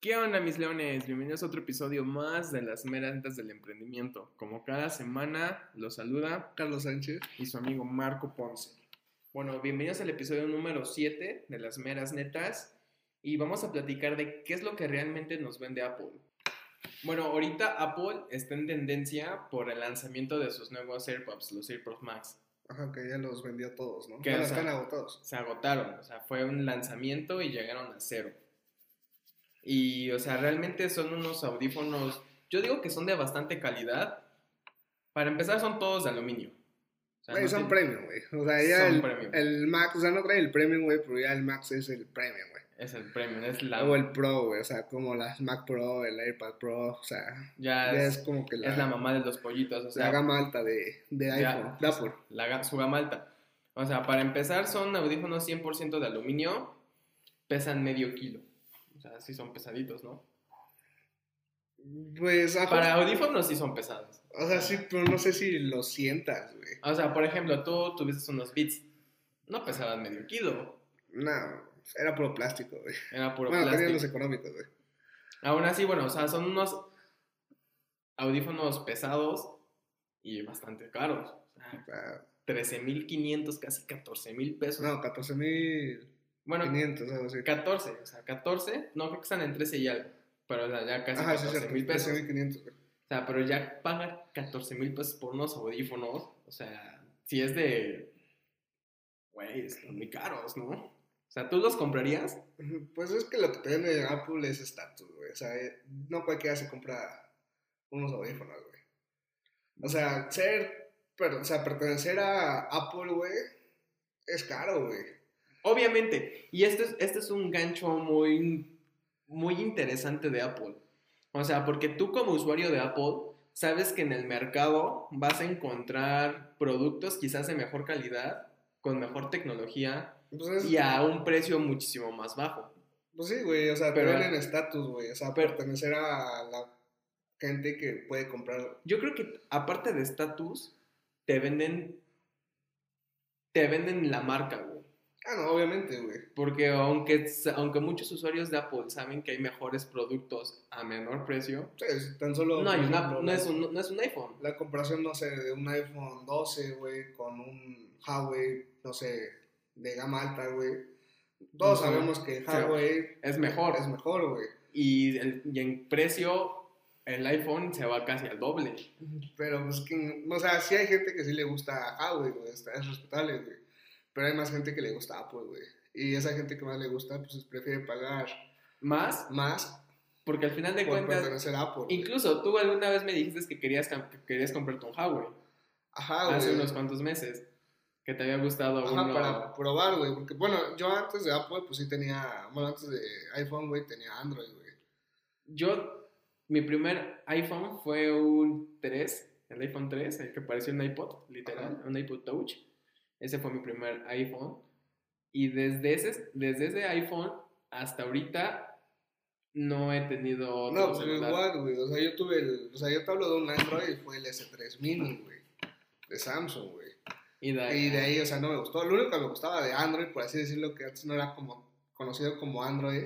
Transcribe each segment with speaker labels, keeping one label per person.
Speaker 1: ¿Qué onda mis leones? Bienvenidos a otro episodio más de las merantas del emprendimiento. Como cada semana, los saluda
Speaker 2: Carlos Sánchez.
Speaker 1: y su amigo Marco Ponce. Bueno, bienvenidos al episodio número 7 de las meras netas y vamos a platicar de qué es lo que realmente nos vende Apple. Bueno, ahorita Apple está en tendencia por el lanzamiento de sus nuevos AirPods, los AirPods Max.
Speaker 2: Ajá, que ya los vendió a todos, ¿no?
Speaker 1: ¿Qué,
Speaker 2: Bueno,
Speaker 1: o sea?
Speaker 2: están agotados.
Speaker 1: se agotaron, o sea, fue un lanzamiento y llegaron a cero. Y, o sea, realmente son unos audífonos, yo digo que son de bastante calidad. Para empezar, son todos de aluminio. O sea,
Speaker 2: Güey,
Speaker 1: no
Speaker 2: son
Speaker 1: tienen-
Speaker 2: premium, güey. O sea, ya
Speaker 1: Son
Speaker 2: el,
Speaker 1: premium.
Speaker 2: el Max, o sea, no trae el premium, güey, pero ya el Max es el premium, güey.
Speaker 1: es el premium, es la...
Speaker 2: O el Pro, güey, o sea, como las Mac Pro, el iPad Pro, o sea,
Speaker 1: ya
Speaker 2: ya
Speaker 1: Ah, es,
Speaker 2: es como que la,
Speaker 1: es la mamá de los pollitos, o
Speaker 2: la
Speaker 1: sea,
Speaker 2: gama alta de, de iPhone, de Apple.
Speaker 1: la ga- su gama alta. O sea, para empezar, son audífonos 100% de aluminio, pesan medio kilo. O sea, sí son pesaditos, ¿no?
Speaker 2: Pues, ajá,
Speaker 1: Para audífonos sí son pesados.
Speaker 2: o sea, sí, pero no sé si lo sientas, güey.
Speaker 1: O sea, por ejemplo, tú tuviste unos beats. No pesaban medio kilo.
Speaker 2: No, era puro plástico, güey.
Speaker 1: Era puro
Speaker 2: Bueno, tenían
Speaker 1: plástico.
Speaker 2: los económicos, güey.
Speaker 1: Aún así, bueno, o sea, son unos audífonos pesados y bastante caros. O sea,
Speaker 2: O sea,
Speaker 1: 13.500, casi 14.000 pesos.
Speaker 2: no, 14 mil
Speaker 1: bueno,
Speaker 2: 500, algo así.
Speaker 1: 14, o sea, 14. No, creo que están en 13 y algo. Pero o sea, ya casi
Speaker 2: Ajá, sí,
Speaker 1: 14.000
Speaker 2: sí,
Speaker 1: pesos.
Speaker 2: 13 mil 500, güey.
Speaker 1: O sea, pero ya pagar 14 mil pesos por unos audífonos, o sea, si es de... Güey, están muy caros, ¿no? O sea, ¿tú los comprarías?
Speaker 2: Ujú, Pues es que lo que te vende Apple es estatus, güey. O sea, eh, no cualquiera se compra unos audífonos, güey. O sea, ser, pero, o sea, pertenecer a Apple, güey, es caro, güey.
Speaker 1: Obviamente. Y este es, este es un gancho muy, muy interesante de Apple. O sea, porque tú como usuario de Apple, sabes que en el mercado vas a encontrar productos quizás de mejor calidad, con mejor tecnología
Speaker 2: Pues, es-
Speaker 1: y a un precio muchísimo más bajo.
Speaker 2: pues sí, güey, o sea, te
Speaker 1: Pero-
Speaker 2: venden estatus, güey. O sea,
Speaker 1: pero-
Speaker 2: pertenecer a la gente que puede comprar.
Speaker 1: Yo creo que aparte de estatus, te venden. Te venden la marca, güey.
Speaker 2: Ah, no, obviamente, güey.
Speaker 1: Porque aunque, sa- aunque muchos usuarios de Apple saben que hay mejores productos a menor precio,
Speaker 2: O sea, es tan solo.
Speaker 1: no, hay
Speaker 2: por
Speaker 1: una,
Speaker 2: ejemplo,
Speaker 1: no, es, un, no es un iPhone.
Speaker 2: La comparación, no sé, de un iPhone 12, güey, con un Huawei, no sé, de gama alta, güey. Todos
Speaker 1: Ujú.
Speaker 2: sabemos que Huawei
Speaker 1: Es mejor.
Speaker 2: es mejor, güey.
Speaker 1: Y, el- y en precio, el iPhone se va casi al doble.
Speaker 2: Pero, pues, que, o sea, sí hay gente que sí le gusta a Huawei, güey, está- es respetable, güey. Pero hay más gente que le gusta a Apple, güey. Y esa gente que más le gusta, pues, prefiere pagar
Speaker 1: Más,
Speaker 2: más
Speaker 1: porque al final de
Speaker 2: por
Speaker 1: cuentas.
Speaker 2: pertenecer a Apple. güey.
Speaker 1: Incluso tú alguna vez me dijiste que querías, cam- que querías comprarte un Huawei
Speaker 2: Ajá, güey.
Speaker 1: hace Ah, unos cuantos meses. Que te había gustado
Speaker 2: Ajá,
Speaker 1: uno.
Speaker 2: para probar, güey. Porque, bueno, yo antes de Apple, pues sí tenía. Bueno, antes de iPhone, güey, tenía Android, güey.
Speaker 1: Yo, mi primer iPhone fue un 3, el iPhone 3, el que parecía un iPod, literal, un iPod Touch. Ese fue mi primer iPhone. Y desde ese, desde ese iPhone hasta ahorita no he tenido otro
Speaker 2: No, pues
Speaker 1: celular.
Speaker 2: igual, güey. O sea, yo tuve el. O sea, yo te hablo de un Android y fue el S3 Mini, güey. De Samsung, güey.
Speaker 1: Y de ahí,
Speaker 2: Y de ahí, o sea, no me gustó. Lo único que me gustaba de Android, por así decirlo, que antes no era como conocido como Android,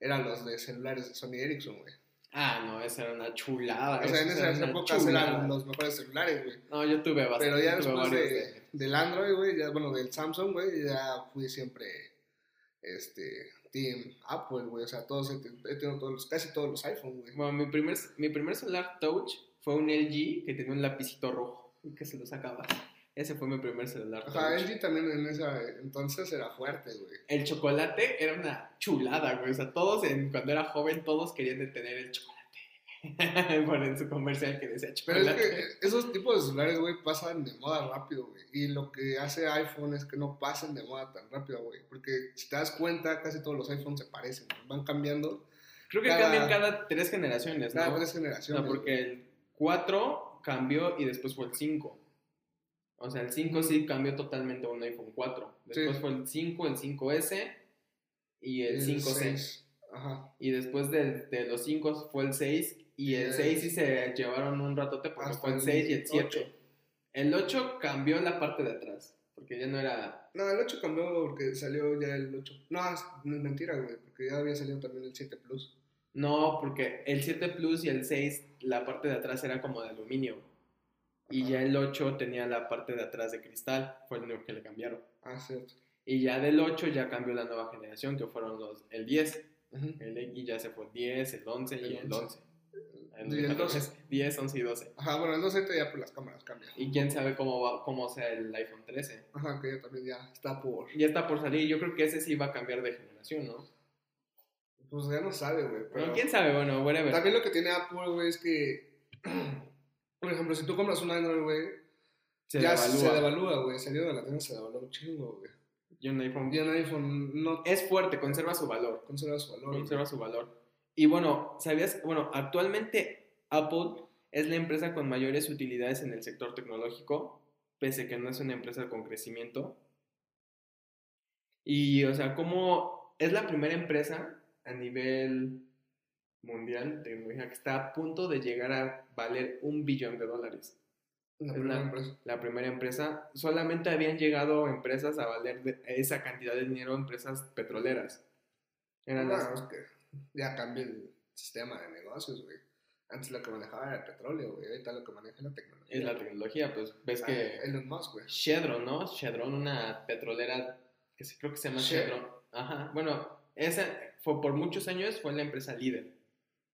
Speaker 2: eran los de celulares de Sony Ericsson, güey.
Speaker 1: Ah, no, esa era una chulada.
Speaker 2: O sea, en
Speaker 1: esa Ah, era
Speaker 2: esas
Speaker 1: una
Speaker 2: épocas
Speaker 1: chulada.
Speaker 2: eran los mejores celulares, güey.
Speaker 1: No, yo tuve bastante.
Speaker 2: Pero ya
Speaker 1: tuve
Speaker 2: después
Speaker 1: varios
Speaker 2: de- del Android, güey, ya, bueno, del Samsung, güey, ya fui siempre, este, Team Apple, güey. O sea, todos, he ten- he tenido todos los, casi todos los iPhone, güey.
Speaker 1: Bueno, mi primer, mi primer celular touch fue un LG que tenía un lapicito rojo y que se lo sacabas. Ese fue mi primer celular
Speaker 2: O
Speaker 1: touch.
Speaker 2: sea, LG también en ese entonces era fuerte, güey.
Speaker 1: El chocolate era una chulada, güey. O sea, todos, en- cuando era joven, todos querían de tener el chocolate. Por en su comercial que decía
Speaker 2: Pero es
Speaker 1: chocolate.
Speaker 2: que esos tipos de celulares, güey, pasan de moda rápido, güey. Y lo que hace iPhone es que no pasen de moda tan rápido, güey. Porque si te das cuenta, casi todos los iPhones se parecen, güey. van cambiando
Speaker 1: Creo que
Speaker 2: cada-
Speaker 1: cambian cada tres generaciones, Pues ¿no?
Speaker 2: cada tres
Speaker 1: O
Speaker 2: generaciones.
Speaker 1: sea, porque el 4 cambió y después fue el 5. O sea, el 5 sí cambió totalmente a un iPhone 4. Después
Speaker 2: Sí.
Speaker 1: fue el 5, el 5S y el, 5C.
Speaker 2: seis. Ajá.
Speaker 1: Y después del- de, los 5 fue el 6. Y el
Speaker 2: El-
Speaker 1: 6 sí se llevaron un ratote porque
Speaker 2: Hasta
Speaker 1: fue el
Speaker 2: el
Speaker 1: 6 y el 7.
Speaker 2: ocho.
Speaker 1: El 8 cambió la parte de atrás. Porque ya no era.
Speaker 2: No, el 8 cambió porque salió ya el 8. No, es, no es mentira, güey. Porque ya había salido también el 7 Plus.
Speaker 1: No, porque el 7 Plus y el 6, la parte de atrás era como de aluminio. Y
Speaker 2: Ajá.
Speaker 1: ya el 8 tenía la parte de atrás de cristal. Fue el único que le cambiaron.
Speaker 2: Ah, cierto.
Speaker 1: Y ya del 8 ya cambió la nueva generación, que fueron los el 10.
Speaker 2: Ujú.
Speaker 1: El, y ya se fue el 10, el 11 y
Speaker 2: El
Speaker 1: el 11.
Speaker 2: Y el 12.
Speaker 1: 10, 11 y 12.
Speaker 2: Ajá, bueno, el 12 ya por las cámaras cambia.
Speaker 1: Y quién sabe cómo, va, cómo sea el iPhone 13.
Speaker 2: Ajá, que ya también ya está por.
Speaker 1: Ya está por salir. Yo creo que ese sí va a cambiar de generación, ¿no?
Speaker 2: Pues ya no sabe, güey.
Speaker 1: Pero
Speaker 2: Pero
Speaker 1: quién sabe, bueno, whatever.
Speaker 2: también lo que tiene Apple, güey, es que. por ejemplo, si tú compras un Android, güey,
Speaker 1: Se
Speaker 2: ya
Speaker 1: devalúa.
Speaker 2: se devalúa, güey. Salido de la tienda se devalúa un chingo, güey.
Speaker 1: Y un iPhone.
Speaker 2: Y un iPhone no
Speaker 1: Es fuerte, conserva su valor.
Speaker 2: conserva su valor. güey.
Speaker 1: conserva su valor. Y bueno, ¿sabías? Bueno, actualmente Apple es la empresa con mayores utilidades en el sector tecnológico, pese que no es una empresa con crecimiento. Y, o sea, como es la primera empresa a nivel mundial de tecnología que está a punto de llegar a valer un billón de dólares.
Speaker 2: La
Speaker 1: es
Speaker 2: primera
Speaker 1: la-
Speaker 2: empresa.
Speaker 1: La primera empresa, solamente habían llegado empresas a valer de- esa cantidad de dinero, empresas petroleras. Eran las-
Speaker 2: Bueno, es que ya cambia el sistema de negocios, güey. Antes lo que manejaba era el petróleo, güey. Ahorita lo que maneja es la tecnología.
Speaker 1: es la tecnología, pues ves
Speaker 2: Ah,
Speaker 1: que
Speaker 2: Elon Musk, güey.
Speaker 1: Chevron, ¿no? Chevron, una petrolera que se- creo que se llama
Speaker 2: Che-
Speaker 1: Chevron. Ajá. Bueno, esa fue por muchos años fue la empresa líder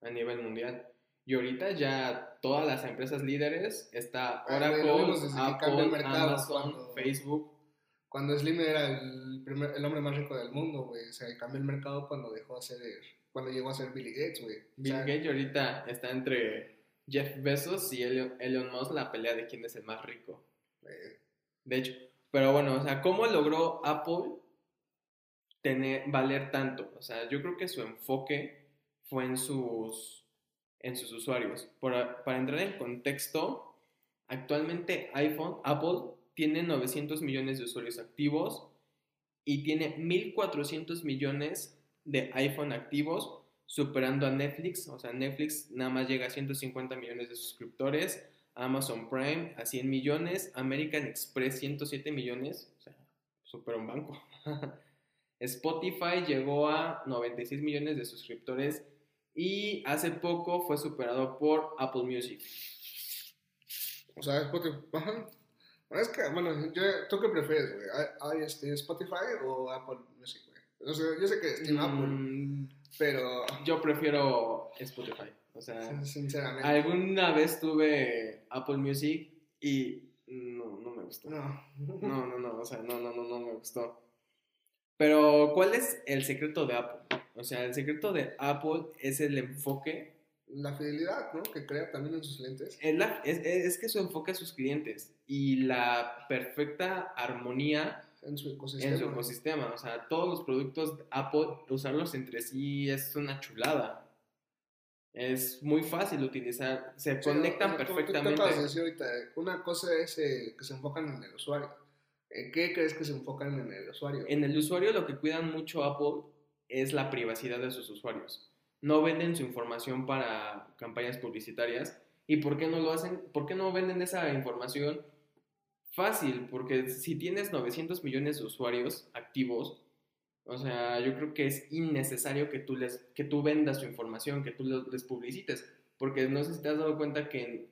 Speaker 1: a nivel mundial. Y ahorita ya todas las empresas líderes está
Speaker 2: Ah, güey, lo
Speaker 1: Oracle,
Speaker 2: vimos desde que cambió
Speaker 1: Apple,
Speaker 2: el mercado,
Speaker 1: Amazon,
Speaker 2: cuando-
Speaker 1: Facebook.
Speaker 2: Cuando Slim era el, primer, el hombre más rico del mundo, güey. Se cambió el mercado cuando dejó de ser. Cuando llegó a ser Billy Gates, güey. O
Speaker 1: Bill
Speaker 2: sea,
Speaker 1: Gates ahorita está entre Jeff Bezos y Elon Elon Musk la pelea de quién es el más rico.
Speaker 2: güey,
Speaker 1: De hecho, pero bueno, o sea, ¿cómo logró Apple tener, valer tanto? O sea, yo creo que su enfoque fue en sus, en sus usuarios. Por- para entrar en contexto, actualmente iPhone, Apple tiene 900 millones de usuarios activos y tiene 1.400 millones de iPhone activos, superando a Netflix. O sea, Netflix nada más llega a 150 millones de suscriptores. Amazon Prime a 100 millones, American Express 107 millones, o sea, supera un banco. Spotify llegó a 96 millones de suscriptores y hace poco fue superado por Apple Music.
Speaker 2: O sea, Spotify. Ajá. Bueno, es que, bueno, yo- ¿tú qué prefieres, güey? ¿Hay- ¿Hay este, Spotify o Apple Music, güey? O sea, yo sé que es Team Este, Apple,
Speaker 1: Mm,
Speaker 2: pero.
Speaker 1: yo prefiero Spotify, o sea,
Speaker 2: Sinceramente.
Speaker 1: alguna vez tuve Apple Music y no, no me gustó.
Speaker 2: No.
Speaker 1: No, no, no, o sea, no, no, no, no me gustó. Pero, ¿cuál es el secreto de Apple? O sea, el secreto de Apple es el enfoque,
Speaker 2: La fidelidad, ¿no? Que crea también en sus lentes.
Speaker 1: es, la- es- es- es que su enfoque a sus clientes y la perfecta armonía
Speaker 2: En su ecosistema.
Speaker 1: en su ecosistema. O sea, todos los productos de Apple, usarlos entre sí es una chulada. Es muy fácil utilizar, se
Speaker 2: Sí, o-
Speaker 1: conectan
Speaker 2: o sea, como tú- tú
Speaker 1: perfectamente.
Speaker 2: acabas de decir ahorita, eh, una cosa es eh, que se enfocan en el usuario. ¿En qué crees que se enfocan en el usuario?
Speaker 1: En el usuario lo que cuidan mucho Apple es la privacidad de sus usuarios. No venden su información para campañas publicitarias. ¿Y por qué no lo hacen? ¿Por qué no venden esa información? Fácil, porque si tienes 900 millones de usuarios activos, o sea, yo creo que es innecesario que tú, les, que tú vendas su información, que tú lo- les publicites. Porque no sé si te has dado cuenta que en,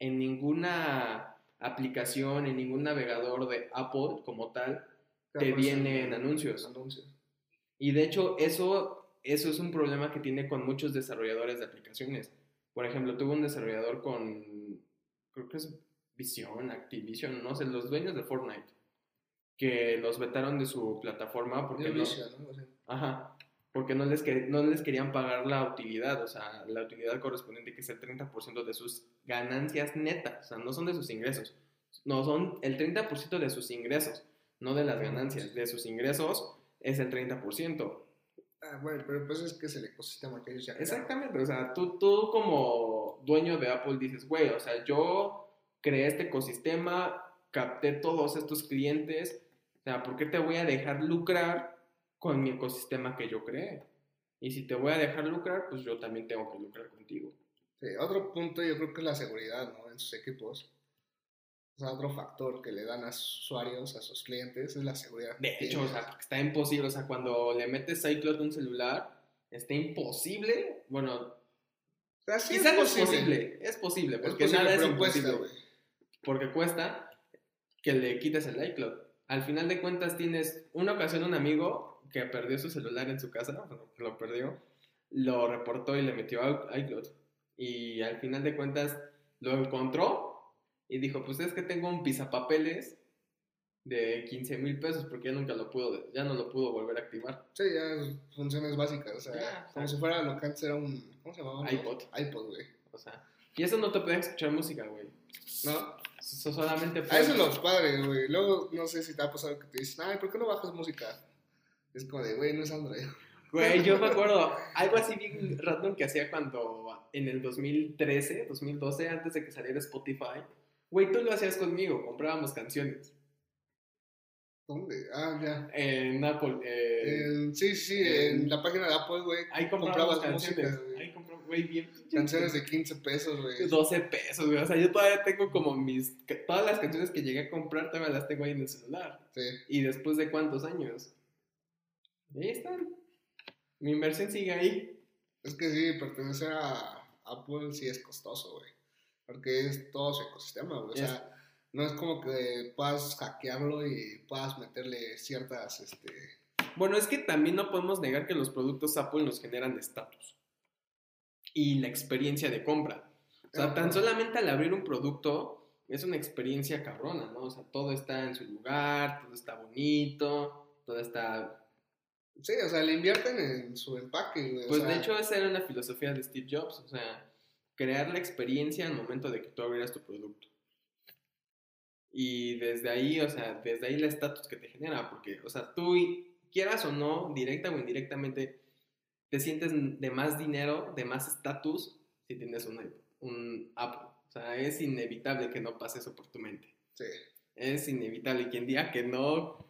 Speaker 1: en ninguna aplicación, en ningún navegador de Apple como tal,
Speaker 2: Que
Speaker 1: te
Speaker 2: aparecen
Speaker 1: vienen anuncios.
Speaker 2: anuncios.
Speaker 1: y de hecho, eso, eso es un problema que tiene con muchos desarrolladores de aplicaciones. Por ejemplo, tuve un desarrollador con, creo que es Vision, Activision, no sé, los dueños de Fortnite, que los vetaron de su plataforma porque
Speaker 2: New
Speaker 1: no,
Speaker 2: Vision, ¿no? O sea,
Speaker 1: ajá, porque no, les que- no les querían pagar la utilidad, o sea, la utilidad correspondiente que es el 30% de sus ganancias netas, o sea, no son de sus ingresos, no son el 30% de sus ingresos, no de las ganancias, de sus ingresos es el 30%.
Speaker 2: ah, bueno, pero pues es que es el ecosistema que ellos ya crearon.
Speaker 1: Exactamente, o sea, tú, tú como dueño de Apple dices, güey, o sea, yo creé este ecosistema, capté todos estos clientes, o sea, ¿por qué te voy a dejar lucrar con mi ecosistema que yo creé? Y si te voy a dejar lucrar, pues yo también tengo que lucrar contigo.
Speaker 2: Sí, otro punto yo creo que es la seguridad, ¿no? En sus equipos. O sea, otro factor que le dan a sus usuarios, a sus clientes, es la seguridad.
Speaker 1: De
Speaker 2: que
Speaker 1: hecho, o
Speaker 2: tienen.
Speaker 1: sea, porque está imposible, o sea, cuando le metes iCloud a un celular, está imposible. Bueno,
Speaker 2: O sea, sí
Speaker 1: quizás no es
Speaker 2: posible.
Speaker 1: posible. Es posible,
Speaker 2: Es
Speaker 1: porque
Speaker 2: posible,
Speaker 1: nada es
Speaker 2: pero cuesta,
Speaker 1: imposible.
Speaker 2: güey.
Speaker 1: porque cuesta que le quites el iCloud. Al final de cuentas tienes una ocasión un amigo que perdió su celular en su casa, bueno, lo perdió, lo reportó y le metió a iCloud. Y al final de cuentas lo encontró y dijo, pues es que tengo un pizapapeles de 15 mil pesos porque ya nunca lo pudo, ya no lo pudo volver a activar.
Speaker 2: Sí, ya funciones básicas, o sea,
Speaker 1: Ya,
Speaker 2: como
Speaker 1: o sea.
Speaker 2: si fuera lo que antes era un... ¿Cómo se llamaba?
Speaker 1: iPod.
Speaker 2: iPod, güey.
Speaker 1: O sea, y eso no te puede escuchar música, güey.
Speaker 2: ¿No?
Speaker 1: Eso solamente
Speaker 2: A Ah, eso
Speaker 1: puedes...
Speaker 2: los padres, güey. Luego, no sé si te ha pasado que te dicen, ay, ¿por qué no bajas música? Es como de, güey, no es Android.
Speaker 1: Güey, yo me acuerdo algo así bien random que hacía cuando en el 2013, 2012, antes de que saliera Spotify. Güey, tú lo hacías conmigo, comprábamos canciones
Speaker 2: ¿Dónde? Ah, ya.
Speaker 1: en Apple. eh,
Speaker 2: En- sí, sí,
Speaker 1: en-
Speaker 2: en la página de Apple, güey.
Speaker 1: ahí comprábamos
Speaker 2: comprabas música,
Speaker 1: canciones.
Speaker 2: güey.
Speaker 1: ahí compró, güey, bien. pinche
Speaker 2: Canciones de 15 pesos, güey.
Speaker 1: 12 pesos, güey. O sea, yo todavía tengo como mis. ca- Todas las canciones que llegué a comprar todavía las tengo ahí en el celular.
Speaker 2: Sí.
Speaker 1: ¿Y después de cuántos años? Ahí están. Mi inversión sigue ahí.
Speaker 2: Es que sí, pertenecer a Apple sí es costoso, güey. Porque es todo su ecosistema, güey. O
Speaker 1: Es-
Speaker 2: sea, no es como que puedas hackearlo y puedas meterle ciertas, este...
Speaker 1: Bueno, es que también no podemos negar que los productos Apple nos generan estatus y la experiencia de compra. O sea, tan solamente al abrir un producto es una experiencia cabrona, ¿no? O sea, todo está en su lugar, todo está bonito, todo está...
Speaker 2: Sí, o sea, le invierten en su empaque, güey. o
Speaker 1: Pues
Speaker 2: sea,
Speaker 1: de hecho esa era una filosofía de Steve Jobs, o sea, crear la experiencia al momento de que tú abrieras tu producto. Y desde ahí, o sea, desde ahí el estatus que te genera, porque, o sea, tú y- quieras o no, directa o indirectamente, te sientes de más dinero, de más estatus, si tienes un, iP- un Apple. O sea, es inevitable que no pase eso por tu mente.
Speaker 2: Sí.
Speaker 1: Es inevitable. Y quien diga que no,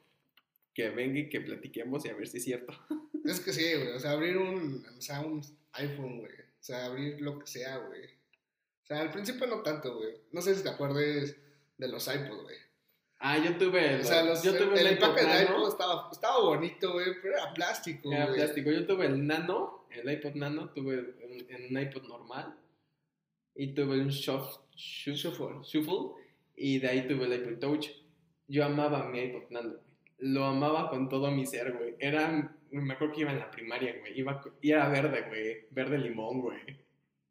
Speaker 1: que venga y que platiquemos y a ver si es cierto.
Speaker 2: Es que sí, güey. O sea, abrir un, o sea, un iPhone, güey. O sea, abrir lo que sea, güey. O sea, al principio no tanto, güey. No sé si te acuerdes de los iPods, güey.
Speaker 1: Ah, yo tuve el,
Speaker 2: O sea, los-
Speaker 1: yo tuve un
Speaker 2: el empaque
Speaker 1: iPod
Speaker 2: del
Speaker 1: Nano,
Speaker 2: iPod estaba, estaba bonito, güey, pero era plástico,
Speaker 1: era
Speaker 2: güey.
Speaker 1: plástico. Yo tuve el Nano, el iPod Nano, tuve un- en un iPod normal y tuve un shuff- shuff- shuffle. y de ahí tuve el iPod Touch. Yo amaba mi iPod Nano, güey. lo amaba con todo mi ser, güey. Era, me acuerdo que iba en la primaria, güey, iba, co- y era verde, güey, verde limón, güey.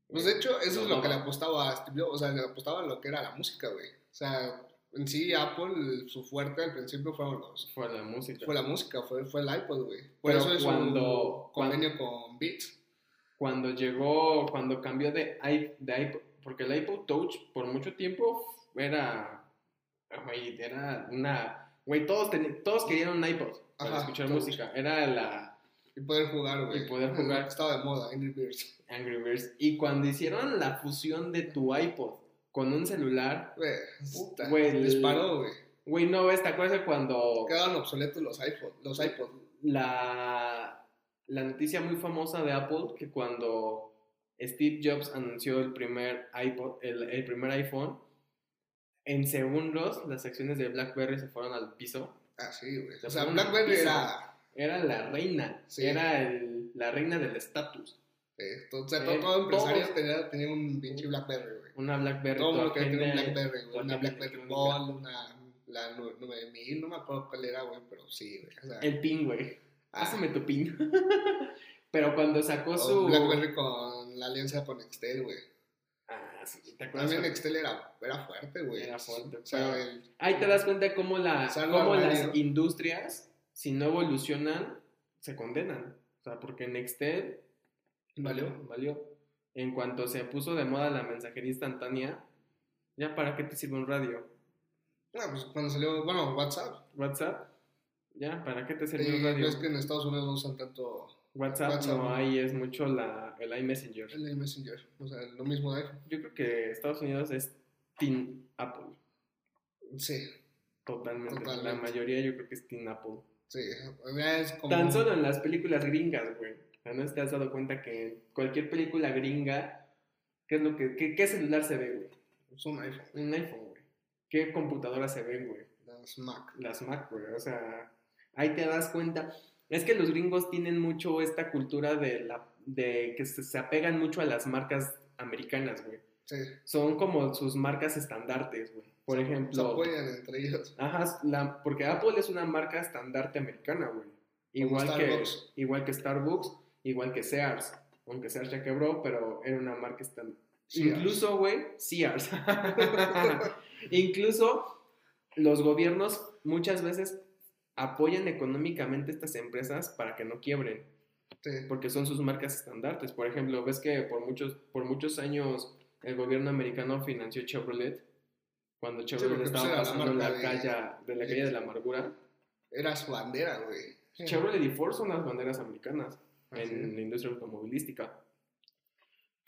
Speaker 2: Pues de hecho,
Speaker 1: Lo
Speaker 2: eso es lo que le
Speaker 1: amaba.
Speaker 2: apostaba a Steve Jobs, O sea, le apostaba a lo que era la música, güey. O sea, en sí, Apple, su fuerte al principio fueron los.
Speaker 1: Fue la música.
Speaker 2: Fue la música, fue, fue el iPod, güey. Por
Speaker 1: Pero
Speaker 2: eso es
Speaker 1: cuando-
Speaker 2: un convenio con Beats.
Speaker 1: cuando llegó, cuando cambió de, i- de iPod, porque el iPod Touch por mucho tiempo era, güey, era una, güey, todos, teni- todos querían un iPod para
Speaker 2: Ajá,
Speaker 1: escuchar
Speaker 2: Touch.
Speaker 1: música, era la
Speaker 2: Y poder jugar, güey.
Speaker 1: Y poder
Speaker 2: Era lo
Speaker 1: jugar.
Speaker 2: que Estaba de moda, Angry Birds.
Speaker 1: Angry Birds, y cuando hicieron la fusión de tu iPod con un celular,
Speaker 2: Güey,
Speaker 1: Uh,
Speaker 2: está-
Speaker 1: güey, el-
Speaker 2: disparó, güey.
Speaker 1: güey, no ves, ¿te acuerdas de cuando
Speaker 2: Quedaron obsoletos los iPods. Los iPods.
Speaker 1: la, la noticia muy famosa de Apple, que cuando Steve Jobs anunció el primer iPod, el, el primer iPhone, en segundos las acciones de BlackBerry se fueron al piso.
Speaker 2: Ah, sí, güey.
Speaker 1: Se
Speaker 2: O sea,
Speaker 1: fueron
Speaker 2: BlackBerry
Speaker 1: al piso.
Speaker 2: era.
Speaker 1: Era la reina,
Speaker 2: Sí.
Speaker 1: era el- la reina del estatus.
Speaker 2: eh, todo- o sea,
Speaker 1: Eh,
Speaker 2: todo, todo empresario
Speaker 1: todos.
Speaker 2: tenía, tenía un pinche BlackBerry, güey.
Speaker 1: Una BlackBerry.
Speaker 2: Todo el mundo
Speaker 1: toda
Speaker 2: quería tener un
Speaker 1: genial.
Speaker 2: Blackberry, güey.
Speaker 1: toda
Speaker 2: Una
Speaker 1: gente
Speaker 2: Blackberry
Speaker 1: tenía un
Speaker 2: Gold, una la nu- 9000, no me acuerdo cuál era, güey, pero sí, güey. O sea,
Speaker 1: El pin, güey.
Speaker 2: ah,
Speaker 1: Hazme tu pin. Pero cuando sacó
Speaker 2: o
Speaker 1: su...
Speaker 2: Blackberry con la alianza con Nextel, güey.
Speaker 1: Ah, sí, ¿te acuerdas?
Speaker 2: También Nextel era, era fuerte, güey.
Speaker 1: Era fuerte,
Speaker 2: O sea,
Speaker 1: pero-
Speaker 2: el-
Speaker 1: Ahí te das cuenta cómo, la,
Speaker 2: Salvo
Speaker 1: cómo
Speaker 2: al
Speaker 1: las
Speaker 2: Mario.
Speaker 1: industrias, si no evolucionan, se condenan. O sea, porque Nextel valió, valió. En cuanto se puso de moda la mensajería instantánea, ya para qué te sirve un radio.
Speaker 2: no, pues cuando salió, bueno, WhatsApp.
Speaker 1: WhatsApp, ya para qué te
Speaker 2: Y
Speaker 1: sirve un radio.
Speaker 2: ves que en Estados Unidos no usan tanto
Speaker 1: WhatsApp,
Speaker 2: WhatsApp,
Speaker 1: no
Speaker 2: ¿no?
Speaker 1: hay, es mucho la, el iMessenger.
Speaker 2: el Messenger. O sea, lo mismo de iPhone.
Speaker 1: Yo creo que Estados Unidos es Team Apple,
Speaker 2: Sí,
Speaker 1: totalmente. La
Speaker 2: Totalmente.
Speaker 1: mayoría yo creo que es Team Apple.
Speaker 2: sí. Ya es como.
Speaker 1: Tan solo en las películas gringas, güey. O sea, ¿No te has dado cuenta que en cualquier película gringa, ¿qué es lo que, qué, qué celular se ve, güey?
Speaker 2: Es un iPhone,
Speaker 1: Un iPhone, güey. ¿Qué computadora se ven, güey?
Speaker 2: las Mac.
Speaker 1: Las Mac, güey. O sea, ahí te das cuenta. Es que los gringos tienen mucho esta cultura de, la, de que se, se apegan mucho a las marcas americanas, güey.
Speaker 2: Sí.
Speaker 1: Son como sus marcas estandartes, güey. Por
Speaker 2: Se
Speaker 1: ejemplo,
Speaker 2: apoyan entre ellos.
Speaker 1: ajá, la- porque Apple es una marca estandarte americana, güey. Igual que,
Speaker 2: Starbucks.
Speaker 1: igual que Starbucks, igual que Sears. Aunque Sears ya quebró, pero era una marca estándar.
Speaker 2: Sears.
Speaker 1: Incluso, güey, Sears. Incluso los gobiernos muchas veces apoyan económicamente estas empresas para que no quiebren
Speaker 2: Sí.
Speaker 1: porque son sus marcas estandartes. Por ejemplo, ves que por muchos, por muchos años el gobierno americano financió Chevrolet cuando Chevrolet
Speaker 2: porque, pues,
Speaker 1: estaba
Speaker 2: era la
Speaker 1: pasando la,
Speaker 2: marca de-
Speaker 1: calle de la calle de la amargura.
Speaker 2: Era su bandera, güey.
Speaker 1: Chevrolet y Ford son las banderas americanas en la industria automovilística.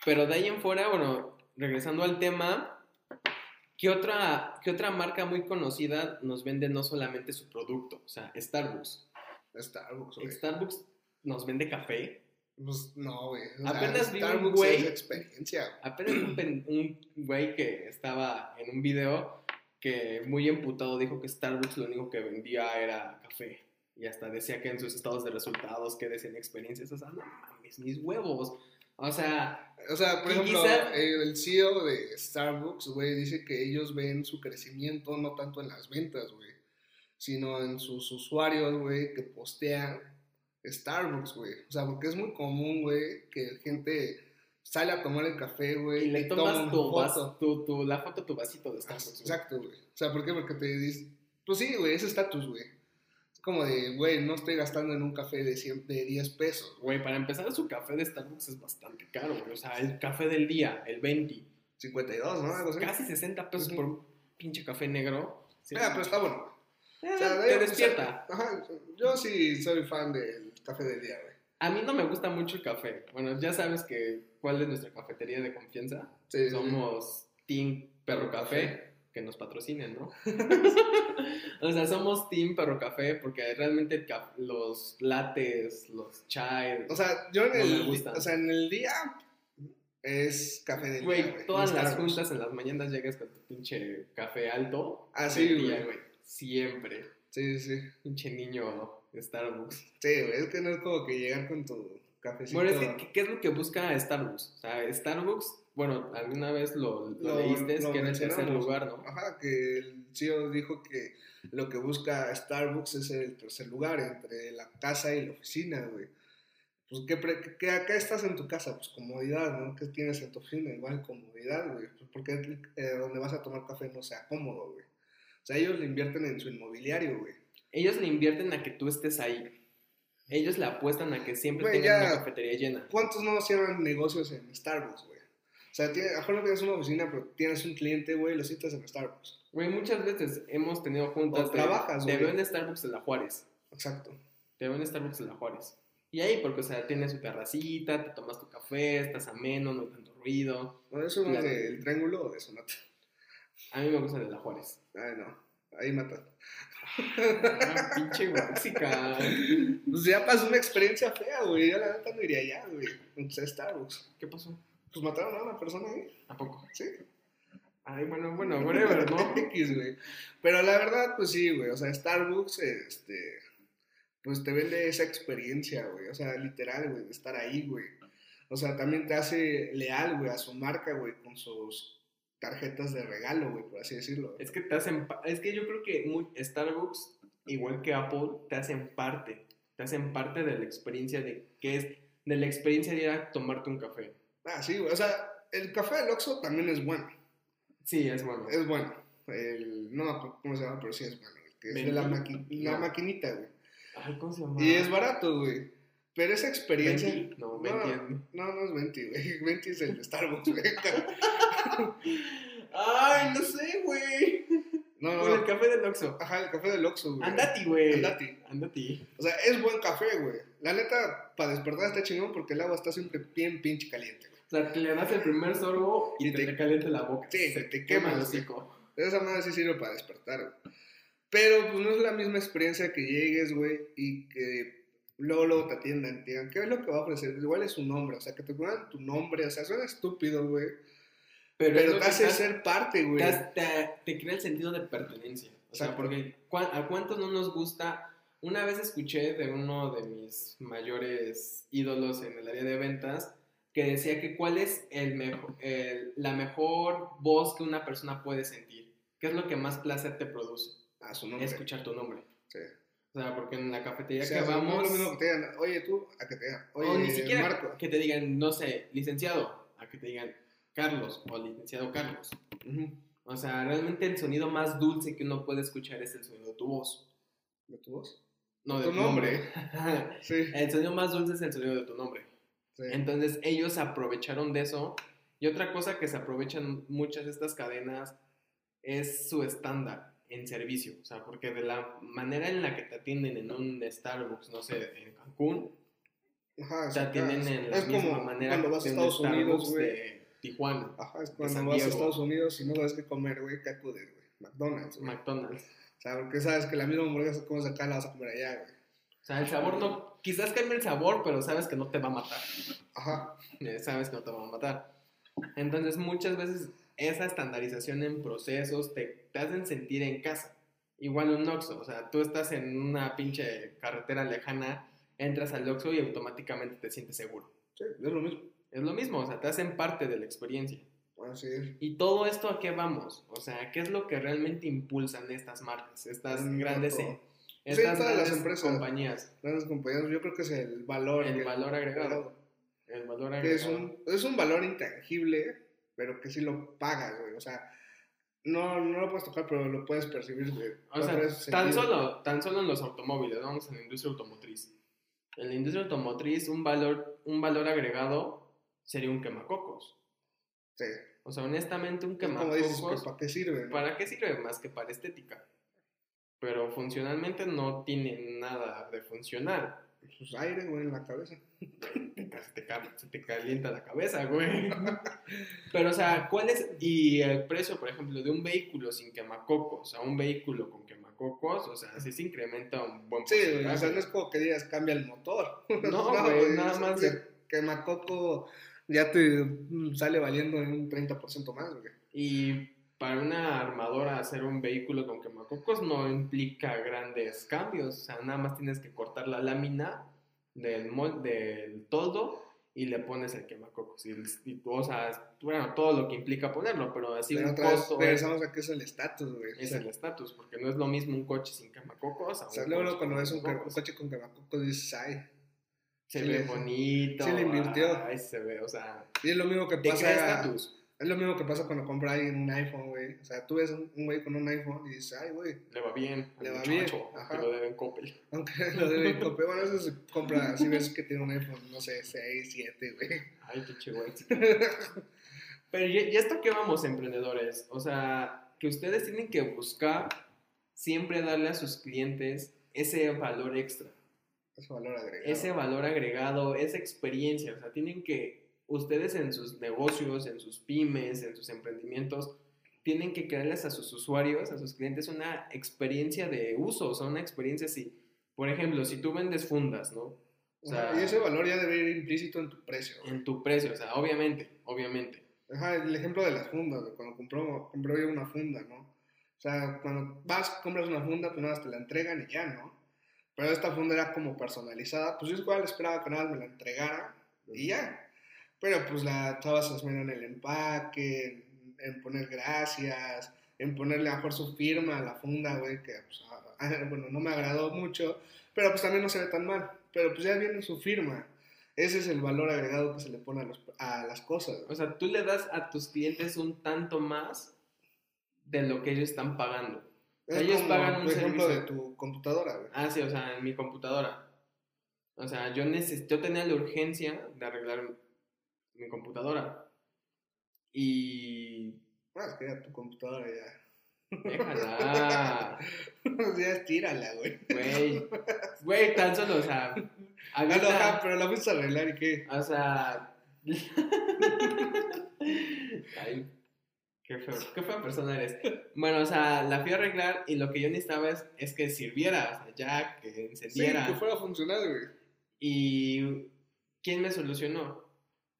Speaker 1: Pero de ahí en fuera, bueno, regresando al tema, ¿qué otra, qué otra marca muy conocida nos vende no solamente su producto? O sea, Starbucks.
Speaker 2: Starbucks, güey.
Speaker 1: Starbucks nos vende café,
Speaker 2: Pues no, güey. O sea,
Speaker 1: Apenas vi un
Speaker 2: Starbucks
Speaker 1: güey-
Speaker 2: es experiencia, güey.
Speaker 1: Apenas un, pen- un güey que estaba en un video que muy emputado dijo que Starbucks lo único que vendía era café. Y hasta decía que en sus estados de resultados que decían experiencias. O sea, no mames, mis huevos. O sea,
Speaker 2: O sea, por
Speaker 1: Y
Speaker 2: ejemplo,
Speaker 1: quizá-
Speaker 2: eh, el CEO de Starbucks, güey, dice que ellos ven su crecimiento no tanto en las ventas, güey, sino en sus usuarios, güey, que postean Starbucks, güey. O sea, porque es muy común, güey, que gente sale a tomar el café, güey,
Speaker 1: y le
Speaker 2: y toma
Speaker 1: tomas
Speaker 2: una
Speaker 1: tu, vas-
Speaker 2: foto.
Speaker 1: tu- tu- la foto a tu vasito de Starbucks. güey.
Speaker 2: Exacto, güey. O sea, ¿por qué? Porque te dices, pues sí, güey, es estatus, güey. Es como de, güey, no estoy gastando en un café de, cien- de 10 pesos,
Speaker 1: Güey, para empezar, su café de Starbucks es bastante caro, güey. O sea, el café del día, el 20,
Speaker 2: 52, ¿no? Ah, Algo así.
Speaker 1: casi 60 pesos
Speaker 2: Ujú.
Speaker 1: por un pinche café negro. Sí.
Speaker 2: Mira, Ah, pero está bueno.
Speaker 1: Eh,
Speaker 2: O sea, de-
Speaker 1: te
Speaker 2: o sea,
Speaker 1: despierta.
Speaker 2: ajá, yo sí soy fan del café del día, güey.
Speaker 1: A mí no me gusta mucho el café. Bueno, ya sabes que cuál es nuestra cafetería de confianza.
Speaker 2: Sí,
Speaker 1: Somos Team Perro Café, que nos patrocinen, ¿no? o sea, somos Team Perro Café porque realmente el caf- los lates, los chai,
Speaker 2: O sea, yo en
Speaker 1: No me
Speaker 2: el,
Speaker 1: gusta.
Speaker 2: o sea, en el día es café del día,
Speaker 1: güey,
Speaker 2: güey.
Speaker 1: todas
Speaker 2: no
Speaker 1: las
Speaker 2: Starbucks.
Speaker 1: juntas en las mañanas llegas con tu pinche café alto.
Speaker 2: Ah,
Speaker 1: del
Speaker 2: sí,
Speaker 1: día,
Speaker 2: güey.
Speaker 1: Siempre.
Speaker 2: Sí, sí.
Speaker 1: Pinche niño Starbucks.
Speaker 2: Sí, güey, es que no es como que llegar con tu cafecito.
Speaker 1: Bueno, es que, ¿qué- ¿qué es lo que busca Starbucks? O sea, Starbucks, bueno, alguna vez lo, lo
Speaker 2: Lo-
Speaker 1: leíste, es
Speaker 2: lo
Speaker 1: que era el tercer
Speaker 2: mencionamos.
Speaker 1: lugar, ¿no?
Speaker 2: Ajá, que el CEO dijo que lo que busca Starbucks es el tercer lugar entre la casa y la oficina, güey. Pues, ¿qué, pre- qué- acá estás en tu casa? Pues comodidad, ¿no? ¿Qué tienes en tu oficina? Igual comodidad, güey. Pues, porque eh, donde vas a tomar café no sea cómodo, güey. O sea, ellos le invierten en su inmobiliario, güey.
Speaker 1: Ellos le invierten a que tú estés ahí. Ellos le apuestan a que siempre
Speaker 2: Güey,
Speaker 1: tengan
Speaker 2: ya.
Speaker 1: una cafetería llena.
Speaker 2: ¿Cuántos no cierran negocios en Starbucks, güey? O sea, tiene, a lo mejor no tienes una oficina, pero tienes un cliente, güey, lo citas en Starbucks.
Speaker 1: Güey, muchas veces hemos tenido juntas.
Speaker 2: O
Speaker 1: de-
Speaker 2: trabajas,
Speaker 1: Te
Speaker 2: güey.
Speaker 1: veo en Starbucks en la Juárez.
Speaker 2: Exacto.
Speaker 1: Te veo en Starbucks en la Juárez. Y ahí, porque, o sea, tiene su terracita, te tomas tu café, estás ameno, no hay tanto ruido.
Speaker 2: ¿No eso no es
Speaker 1: Claro.
Speaker 2: del triángulo o de Sonata?
Speaker 1: A mí me gusta el de la Juárez.
Speaker 2: Ay, no. Ahí matan.
Speaker 1: Ah, pinche guaxica.
Speaker 2: Pues ya pasó una experiencia fea, güey. Yo la neta no iría allá, güey. Entonces, a Starbucks.
Speaker 1: ¿Qué pasó?
Speaker 2: Pues mataron a una persona ahí.
Speaker 1: ¿A poco?
Speaker 2: Sí.
Speaker 1: Ay, bueno, bueno, whatever, ¿no?
Speaker 2: X, güey. Pero la verdad, pues sí, güey. O sea, Starbucks, este. Pues te vende esa experiencia, güey. O sea, literal, güey, de estar ahí, güey. O sea, también te hace leal, güey, a su marca, güey, con sus tarjetas de regalo, güey, por así decirlo.
Speaker 1: Es que te hacen, pa- es que yo creo que muy- Starbucks, igual que Apple, te hacen parte, te hacen parte de la experiencia de que es, de la experiencia de ir a tomarte un café.
Speaker 2: Ah, sí, güey. O sea, el café del Oxxo también es bueno.
Speaker 1: Sí, es bueno.
Speaker 2: Es bueno. El, no me acuerdo cómo se llama, pero sí es bueno. güey, Que es de la,
Speaker 1: Venti.
Speaker 2: maqui- la
Speaker 1: No. Ah.
Speaker 2: maquinita, güey.
Speaker 1: Ay, ¿cómo se llama?
Speaker 2: Y es barato, güey. Pero esa experiencia.
Speaker 1: ¿Venti? No, me entiendo.
Speaker 2: No, no es Venti, güey. Venti es el de Starbucks, güey.
Speaker 1: Ay, no sé, güey.
Speaker 2: No,
Speaker 1: Con el
Speaker 2: no, no.
Speaker 1: café del Oxxo.
Speaker 2: Ajá, el café del Oxxo, güey.
Speaker 1: Andati, güey.
Speaker 2: Andati.
Speaker 1: Andati.
Speaker 2: O sea, es buen café, güey. La neta, para despertar está chingón porque el agua está siempre bien pinche caliente, güey.
Speaker 1: O sea, te le das el primer sorbo y,
Speaker 2: Y
Speaker 1: te,
Speaker 2: te-
Speaker 1: calienta la boca.
Speaker 2: Sí,
Speaker 1: Se
Speaker 2: te
Speaker 1: te
Speaker 2: quema,
Speaker 1: quema el
Speaker 2: sí.
Speaker 1: hocico.
Speaker 2: Esa madre sí sirve para despertar, güey. Pero, pues, no es la misma experiencia que llegues, güey, y que luego, luego te atiendan, te digan, ¿qué es lo que va a ofrecer? Pues, Igual es su nombre, o sea, que te pongan tu nombre, o sea, suena estúpido, güey.
Speaker 1: Pero, es
Speaker 2: Pero
Speaker 1: lo
Speaker 2: te
Speaker 1: que
Speaker 2: hace
Speaker 1: estás-
Speaker 2: ser parte, güey.
Speaker 1: te, has- te- te crea el sentido de pertenencia. O sea,
Speaker 2: Exacto.
Speaker 1: porque ¿cuá- ¿a cuántos no nos gusta Una vez escuché de uno de mis mayores ídolos en el área de ventas que decía que cuál es el mejo- el- la mejor voz que una persona puede sentir. ¿Qué es lo que más placer te produce?
Speaker 2: A su nombre.
Speaker 1: Escuchar tu nombre.
Speaker 2: Sí.
Speaker 1: O sea, porque en la cafetería
Speaker 2: O sea,
Speaker 1: que
Speaker 2: no
Speaker 1: vamos...
Speaker 2: es lo mismo que te digan, oye tú, a que te digan, oye,
Speaker 1: o Oh, ni siquiera
Speaker 2: Marco.
Speaker 1: que te digan, no sé, licenciado, a que te digan Carlos o licenciado Carlos. O sea, realmente el sonido más dulce que uno puede escuchar es el sonido de tu voz.
Speaker 2: ¿De tu voz?
Speaker 1: No de
Speaker 2: Tu nombre.
Speaker 1: nombre.
Speaker 2: Sí.
Speaker 1: el sonido más dulce es el sonido de tu nombre.
Speaker 2: sí.
Speaker 1: Entonces ellos se aprovecharon de eso. Y otra cosa que se aprovechan muchas de estas cadenas es su estándar en servicio. O sea, porque de la manera en la que te atienden en un Starbucks, no sé, en Cancún,
Speaker 2: Ajá,
Speaker 1: O sea,
Speaker 2: sí,
Speaker 1: tienen
Speaker 2: claro.
Speaker 1: en la misma manera
Speaker 2: cuando vas a
Speaker 1: que un
Speaker 2: Estados Unidos,
Speaker 1: Starbucks
Speaker 2: güey.
Speaker 1: de Tijuana,
Speaker 2: Ajá, es
Speaker 1: San
Speaker 2: cuando vas a
Speaker 1: Diego.
Speaker 2: Estados Unidos y no sabes qué comer, güey, ¿qué acudes, güey? McDonald's, güey.
Speaker 1: McDonald's.
Speaker 2: O sea, porque sabes que la misma hamburguesa que comes acá la vas a comer allá, güey.
Speaker 1: O sea, el sabor no, quizás cambie el sabor, pero sabes que no te va a matar.
Speaker 2: Ajá.
Speaker 1: Eh, Sabes que no te va a matar. Entonces, muchas veces esa estandarización en procesos te, te hacen sentir en casa. Igual un Oxxo, o sea, tú estás en una pinche carretera lejana, entras al Oxxo y automáticamente te sientes seguro.
Speaker 2: Sí, es lo mismo.
Speaker 1: Es lo mismo, o sea, te hacen parte de la experiencia.
Speaker 2: Bueno, sí.
Speaker 1: Y todo esto a qué vamos? O sea, ¿qué es lo que realmente impulsan estas marcas, estas
Speaker 2: Mm,
Speaker 1: grandes,
Speaker 2: todo.
Speaker 1: eh, estas
Speaker 2: todas las
Speaker 1: grandes
Speaker 2: empresas.
Speaker 1: compañías?
Speaker 2: Grandes compañeros, yo creo que es el valor.
Speaker 1: El
Speaker 2: que-
Speaker 1: valor agregado. El valor
Speaker 2: Que
Speaker 1: agregado.
Speaker 2: es un, es un valor intangible, pero que sí lo pagas, güey. O sea, no, no lo puedes tocar, pero lo puedes percibir, güey.
Speaker 1: O
Speaker 2: Lo
Speaker 1: sea,
Speaker 2: puedes
Speaker 1: tan
Speaker 2: sentir.
Speaker 1: solo, tan solo en los automóviles, vamos a la industria automotriz. En la industria automotriz, un valor, un valor agregado sería un quemacocos.
Speaker 2: Sí.
Speaker 1: O sea, honestamente, un
Speaker 2: Es como dices,
Speaker 1: quemacocos,
Speaker 2: que ¿para qué sirve? no?
Speaker 1: ¿para qué sirve más que para estética? Pero funcionalmente no tiene nada de funcional.
Speaker 2: Pues aire, güey, en la cabeza.
Speaker 1: Casi te, ca- se te calienta la cabeza, güey. Pero, o sea, ¿cuál es? Y el precio, por ejemplo, de un vehículo sin quemacocos a un vehículo con quemacocos, o sea, sí se incrementa un buen
Speaker 2: Sí, güey, o
Speaker 1: porcentaje.
Speaker 2: sea, no es como que digas cambia el motor.
Speaker 1: pues, No, güey, nada
Speaker 2: es
Speaker 1: más
Speaker 2: que
Speaker 1: de-
Speaker 2: Quemacoco ya te mm, sale valiendo en un 30% más, güey.
Speaker 1: Y para una armadora hacer un vehículo con quemacocos no implica grandes cambios. O sea, nada más tienes que cortar la lámina del molde, del todo y le pones el quemacocos. Y, y, o sea, bueno, todo lo que implica ponerlo, pero así
Speaker 2: Pero
Speaker 1: un
Speaker 2: otra vez
Speaker 1: costo es-
Speaker 2: regresamos a que es el estatus, güey.
Speaker 1: es
Speaker 2: o sea,
Speaker 1: el estatus, porque no es lo mismo un coche sin camacocos. a
Speaker 2: o sea,
Speaker 1: un
Speaker 2: luego
Speaker 1: coche
Speaker 2: luego cuando
Speaker 1: con
Speaker 2: ves un, ca- un
Speaker 1: camacocos.
Speaker 2: coche con quemacoco dices, ay.
Speaker 1: se
Speaker 2: sí
Speaker 1: ve
Speaker 2: le-
Speaker 1: bonito.
Speaker 2: sí le invirtió.
Speaker 1: ay, se ve, o sea,
Speaker 2: Y es lo mismo que
Speaker 1: te crea
Speaker 2: pasa.
Speaker 1: estatus.
Speaker 2: Es lo mismo que pasa cuando compra alguien un iPhone, güey. O sea, tú ves un un güey con un iPhone y dices, ay, güey.
Speaker 1: Le va bien.
Speaker 2: Le
Speaker 1: al
Speaker 2: va
Speaker 1: muchacho,
Speaker 2: bien,
Speaker 1: que
Speaker 2: ajá.
Speaker 1: lo deben Coppel.
Speaker 2: Aunque lo debe comprar. Bueno, eso se compra si ves que tiene un iPhone, no sé, 6, 7, güey.
Speaker 1: Ay, qué chido. Pero ¿y, y esto qué vamos, emprendedores? O sea, que ustedes tienen que buscar siempre darle a sus clientes ese valor extra.
Speaker 2: Ese valor agregado.
Speaker 1: ese valor agregado, esa experiencia. O sea, tienen que, ustedes en sus negocios, en sus pymes, en sus emprendimientos, tienen que crearles a sus usuarios, a sus clientes, una experiencia de uso, o sea, una experiencia así. Por ejemplo, si tú vendes fundas, ¿no? o sea-
Speaker 2: Ajá, y ese valor ya debe ir implícito en tu precio, güey.
Speaker 1: En tu precio, o sea, obviamente, obviamente.
Speaker 2: Ajá, el ejemplo de las fundas, güey, cuando compró, compró yo una funda, ¿no? O sea, cuando vas, compras una funda, pues nada, más te la entregan y ya, ¿no? Pero esta funda era como personalizada, pues yo igual esperaba que nada más me la entregara y ya. Pero pues la estabas esmero en el empaque, en, en poner gracias, en ponerle a lo mejor su firma a la funda, güey, que pues, ah, bueno, no me agradó mucho, pero pues también no se ve tan mal. Pero pues ya viene su firma. Ese es el valor agregado que se le pone a, los- a las cosas. güey.
Speaker 1: O sea, tú le das a tus clientes un tanto más de lo que ellos están pagando. O sea,
Speaker 2: Es
Speaker 1: ellos
Speaker 2: como,
Speaker 1: pagan un
Speaker 2: por ejemplo,
Speaker 1: servicio.
Speaker 2: de tu computadora, güey.
Speaker 1: Ah, sí, o sea, en mi computadora. O sea, yo, neces yo tenía la urgencia de arreglar mi computadora. Y...
Speaker 2: Bueno, Ah, es que ya tu computadora ya.
Speaker 1: Déjala,
Speaker 2: ya estírala, güey.
Speaker 1: güey. Güey, tan solo, o sea...
Speaker 2: Ah, No, no, ajá,
Speaker 1: Ahorita,
Speaker 2: pero la fuiste a arreglar y qué.
Speaker 1: o sea... Ay, qué, feo, qué fea persona eres. Bueno, o sea, la fui a arreglar y lo que yo necesitaba es, es que sirviera, o sea, ya que
Speaker 2: Sí,
Speaker 1: encendiera.
Speaker 2: que fuera funcional, güey.
Speaker 1: ¿Y quién me solucionó?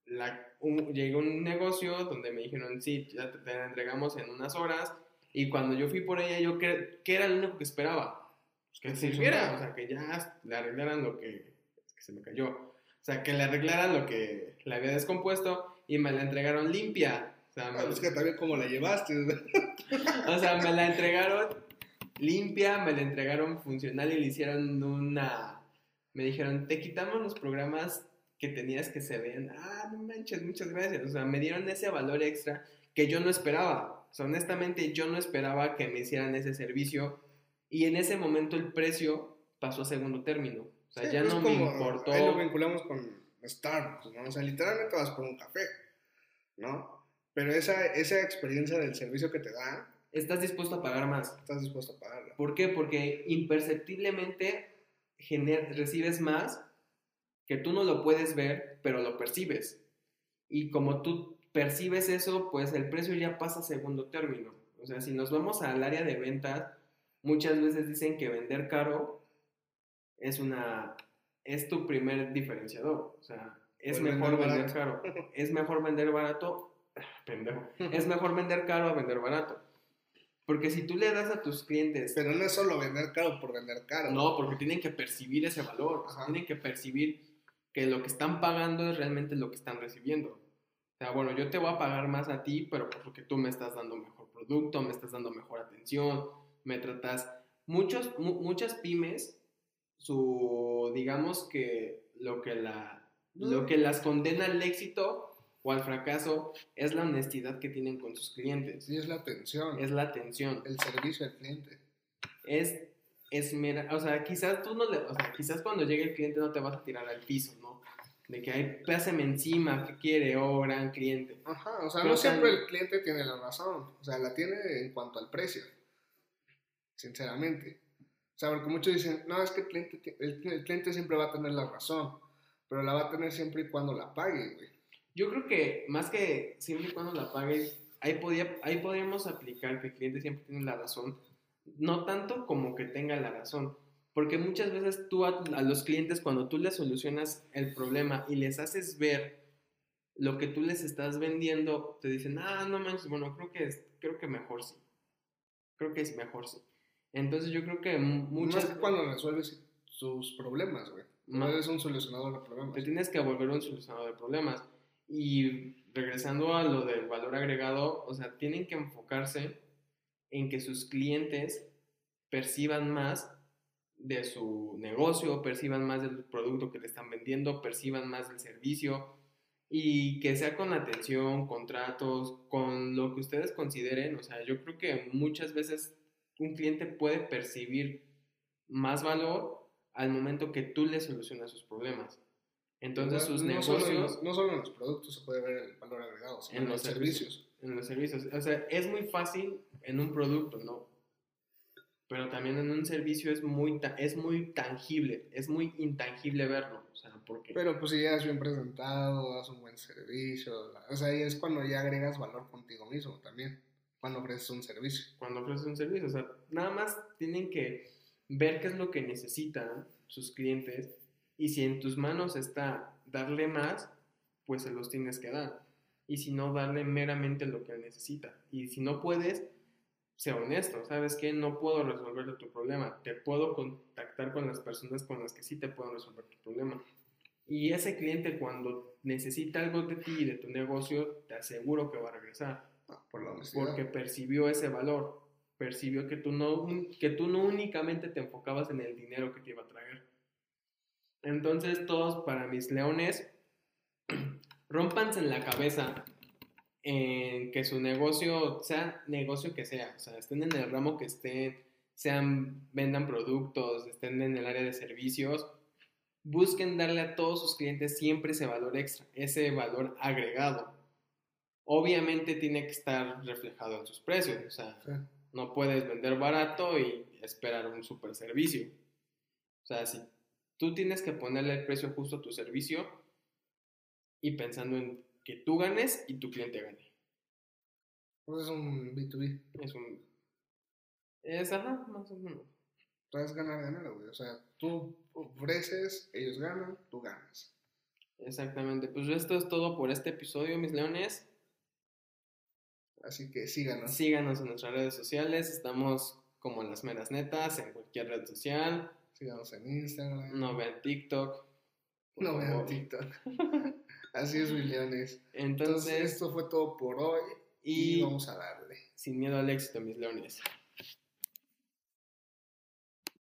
Speaker 1: La, un- llegué a un negocio donde me dijeron, sí, ya te, te la entregamos en unas horas. Y cuando yo fui por ella, yo que, que era lo único que esperaba. Pues, que sirviera, o sea, que ya le arreglaran lo que, es que se me cayó, o sea, que le arreglaran lo que le había descompuesto y me la entregaron limpia. O sea, me,
Speaker 2: Ah, pues que también como la llevaste, güey.
Speaker 1: o sea, me la entregaron limpia, me la entregaron funcional y le hicieron una... Me dijeron, te quitamos los programas que tenías que se vean. Ah, no manches, muchas gracias. O sea, me dieron ese valor extra que yo no esperaba. O sea, honestamente, yo no esperaba que me hicieran ese servicio. Y en ese momento el precio pasó a segundo término. O sea,
Speaker 2: Sí,
Speaker 1: ya
Speaker 2: pues
Speaker 1: no me
Speaker 2: como-
Speaker 1: importó.
Speaker 2: Ahí lo vinculamos con Starbucks, ¿no? O sea, literalmente vas por un café, ¿no? Pero esa, esa experiencia del servicio que te dan,
Speaker 1: Estás dispuesto a pagar más.
Speaker 2: estás dispuesto a pagarla.
Speaker 1: ¿Por qué? Porque imperceptiblemente gener- recibes más que tú no lo puedes ver, pero lo percibes. Y como tú percibes eso, pues el precio ya pasa a segundo término. O sea, si nos vamos al área de ventas, muchas veces dicen que vender caro es una es tu primer diferenciador. O sea, es
Speaker 2: el
Speaker 1: mejor
Speaker 2: vender
Speaker 1: vender caro. Es mejor vender barato. Pendejo. Es mejor vender caro a vender barato. Porque si tú le das a tus clientes
Speaker 2: Pero no es solo vender caro por vender caro.
Speaker 1: no, porque tienen que percibir ese valor, o sea,
Speaker 2: Ajá.
Speaker 1: tienen que percibir que lo que están pagando es realmente lo que están recibiendo. O sea, bueno, yo te voy a pagar más a ti, pero pues porque tú me estás dando mejor producto, me estás dando mejor atención, me tratas... Muchos, mu- muchas pymes, su, digamos que lo que, la, lo que las condena al éxito o al fracaso es la honestidad que tienen con sus clientes,
Speaker 2: Sí, es la atención,
Speaker 1: es la atención
Speaker 2: el servicio al cliente.
Speaker 1: es esmera, o sea, quizás tú no le, o sea, quizás cuando llegue el cliente no te vas a tirar al piso, ¿no? De que, ay, pásame encima, ¿qué quiere? Oh, gran cliente.
Speaker 2: Ajá, o sea,
Speaker 1: Pero
Speaker 2: no siempre
Speaker 1: tan-
Speaker 2: el cliente tiene la razón. O sea, la tiene en cuanto al precio. Sinceramente. O sea, porque muchos dicen, no, es que el cliente, ti- el, el cliente siempre va a tener la razón. Pero la va a tener siempre y cuando la pague, güey.
Speaker 1: Yo creo que más que siempre y cuando la pagues, ahí, podía, ahí podríamos aplicar que el cliente siempre tiene la razón, no tanto como que tenga la razón, porque muchas veces tú a, a los clientes cuando tú les solucionas el problema y les haces ver lo que tú les estás vendiendo, te dicen, ah, no manches, bueno, creo que, es- creo que mejor sí, creo que es mejor sí. Entonces yo creo que mu- muchas...
Speaker 2: Más que cuando resuelves sus problemas, güey.
Speaker 1: Ma-
Speaker 2: No eres un solucionador de problemas.
Speaker 1: te tienes que volver un solucionador de problemas. Y regresando a lo del valor agregado, o sea, tienen que enfocarse en que sus clientes perciban más de su negocio, perciban más del producto que le están vendiendo, perciban más del servicio y que sea con atención, contratos, con lo que ustedes consideren. O sea, yo creo que muchas veces un cliente puede percibir más valor al momento que tú le solucionas sus problemas. Entonces sus
Speaker 2: No solo en-
Speaker 1: negocios
Speaker 2: no solo en los productos se puede ver el valor agregado, sino
Speaker 1: En
Speaker 2: en,
Speaker 1: los
Speaker 2: los servicios.
Speaker 1: en los servicios. O sea, es muy fácil en un producto, ¿no? Pero también en un servicio es muy, ta- es muy tangible, es muy intangible verlo. O sea, porque...
Speaker 2: Pero pues si llegas bien presentado, das un buen servicio. la- O sea, ahí es cuando ya agregas valor contigo mismo también. Cuando ofreces un servicio.
Speaker 1: cuando ofreces un servicio. O sea, nada más tienen que ver qué es lo que necesitan sus clientes y si en tus manos está darle más, pues se los tienes que dar. Y si no, darle meramente lo que necesita. Y si no puedes, sea honesto. ¿Sabes que No puedo resolver tu problema. Te puedo contactar con las personas con las que sí te puedo resolver tu problema. Y ese cliente cuando necesita algo de ti y de tu negocio, te aseguro que va a regresar
Speaker 2: Por la honestidad.
Speaker 1: porque percibió ese valor, percibió que tú no un- que tú no únicamente te enfocabas en el dinero que te iba a traer. Entonces, todos para mis leones, rompanse en la cabeza en que su negocio, sea negocio que sea, o sea, estén en el ramo que estén, sean, vendan productos, estén en el área de servicios, busquen darle a todos sus clientes siempre ese valor extra, ese valor agregado. Obviamente tiene que estar reflejado en sus precios, o sea,
Speaker 2: Sí.
Speaker 1: no puedes vender barato y esperar un super servicio. O sea, si tú tienes que ponerle el precio justo a tu servicio y pensando en que tú ganes y tu cliente gane.
Speaker 2: Pues es un B2B.
Speaker 1: Es un... Es, ajá, más o menos.
Speaker 2: Entonces ganar, ganar, güey. O sea, tú ofreces, ellos ganan, tú ganas.
Speaker 1: Exactamente. Pues esto es todo por este episodio, mis leones.
Speaker 2: Así que sí ganas.
Speaker 1: Síganos en nuestras redes sociales. Estamos como Las Meras Netas, en cualquier red social.
Speaker 2: Síganos en Instagram.
Speaker 1: No vean TikTok. por
Speaker 2: No vean
Speaker 1: favor.
Speaker 2: TikTok. Así es, Willianes. Entonces,
Speaker 1: Entonces,
Speaker 2: esto fue todo por hoy. Y,
Speaker 1: y
Speaker 2: vamos a darle.
Speaker 1: sin miedo al éxito, mis leones.